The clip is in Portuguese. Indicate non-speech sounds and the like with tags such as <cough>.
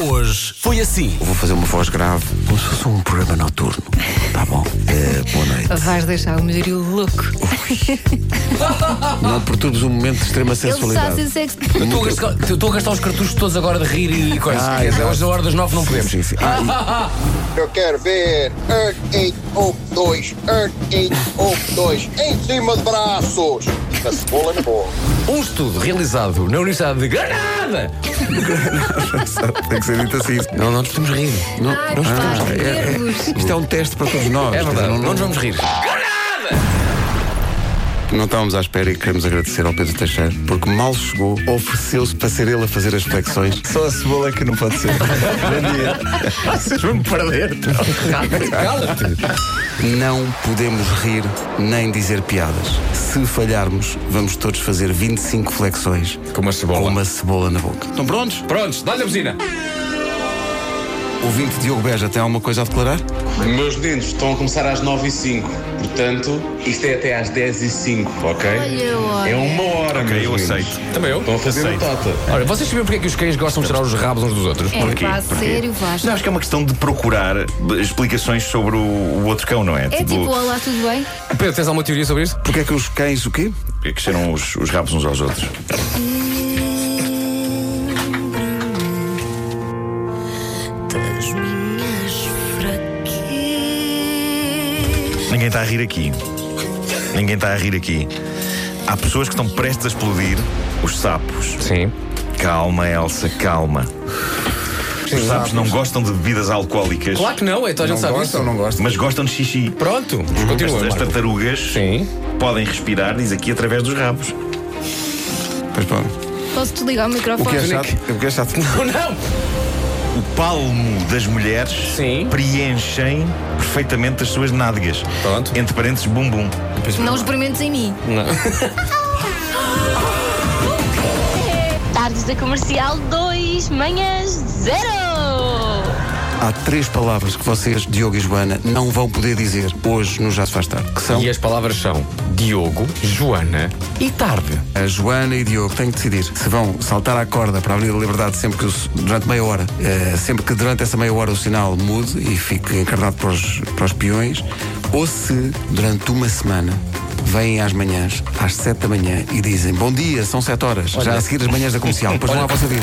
hoje foi assim. Vou fazer uma voz grave, como se fosse um programa noturno. Tá bom? Eh, boa noite. Vais deixar o melhorio louco. Não perturbes um momento de extrema Ele está a sensualidade. ser sexy. Eu Estou a, gastar, eu estou a gastar os cartuchos todos agora de rir e coisas. Ah, Quer dizer, exato. hoje, na hora das nove, não podemos. Sim, sim. Ah, Eu quero ver 8882, 8882, em cima de braços. é Na cebola e no bolo. Um estudo realizado na Universidade de Granada e- tem que ser dito assim. Não, não nos podemos rir. Não, Ai, não nos pá, podemos rir. É- é- nervos. isto é um teste para todos nós. É verdade, Não, não não, nos vamos rir. não estávamos à espera e queremos agradecer ao Pedro Teixeira, porque mal chegou, ofereceu-se para ser ele a fazer as flexões. Só a cebola é que não pode ser. Bom dia. Vocês vão me perder. Cala-te. <laughs> Não podemos rir nem dizer piadas. Se falharmos, vamos todos fazer 25 flexões Com uma com cebola. uma cebola na boca. Estão prontos? Prontos, dá-lhe a buzina. Ouvinte Diogo Beja tem alguma coisa a declarar? Meus meninos estão a começar às 9 e 05 portanto, isto é até às 10 e 05 ok? Olha, um olha. É uma hora, meus eu meninos. aceito. Também eu. Estão a fazer a tota. Ora, vocês sabiam porque é que os cães gostam de tirar os rabos uns dos outros? É Porquê? pá, Porquê? sério, Vasco. Não, acho que é uma questão de procurar eh, explicações sobre o, o outro cão, não é? É tipo, olá, tudo bem? Pedro, tens alguma teoria sobre isso? Porque é que os cães o quê? é que cheiram os, os rabos uns aos outros. das minhas fraquezas. Ninguém está a rir aqui. Ninguém está a rir aqui. Há pessoas que estão prestes a explodir os sapos. Sim. Calma, Elsa, calma. Os sapos não gostam de bebidas alcoólicas, Claro que não, então a gente sabe isso. gostam. mas gostam de xixi. Pronto, continua. As, as Marco. tartarugas Sim. podem respirar, diz aqui, através dos rabos. Pois pá. Posso desligar o O que é microfone? chato? O que é chato? <laughs> Não, não. O palmo das mulheres Sim. preenchem perfeitamente as suas nádegas. Pronto. Entre parênteses, bumbum. Não experimentes em mim. Tardes da Comercial 2, manhãs 0. Há três palavras que vocês, Diogo e Joana, não vão poder dizer hoje no Já Se Faz Tarde. Que são E as palavras são Diogo, Joana e tarde. a Joana e Diogo têm que decidir se vão saltar à corda para a Avenida da Liberdade sempre que, o s- durante meia hora, eh, sempre que durante essa meia hora o sinal mude e fique encarnado para os, para os peões, ou se durante uma semana vêm às manhãs, às sete da manhã, e dizem bom dia, são sete horas, já a seguir as manhãs da comercial, depois vão à vossa vida.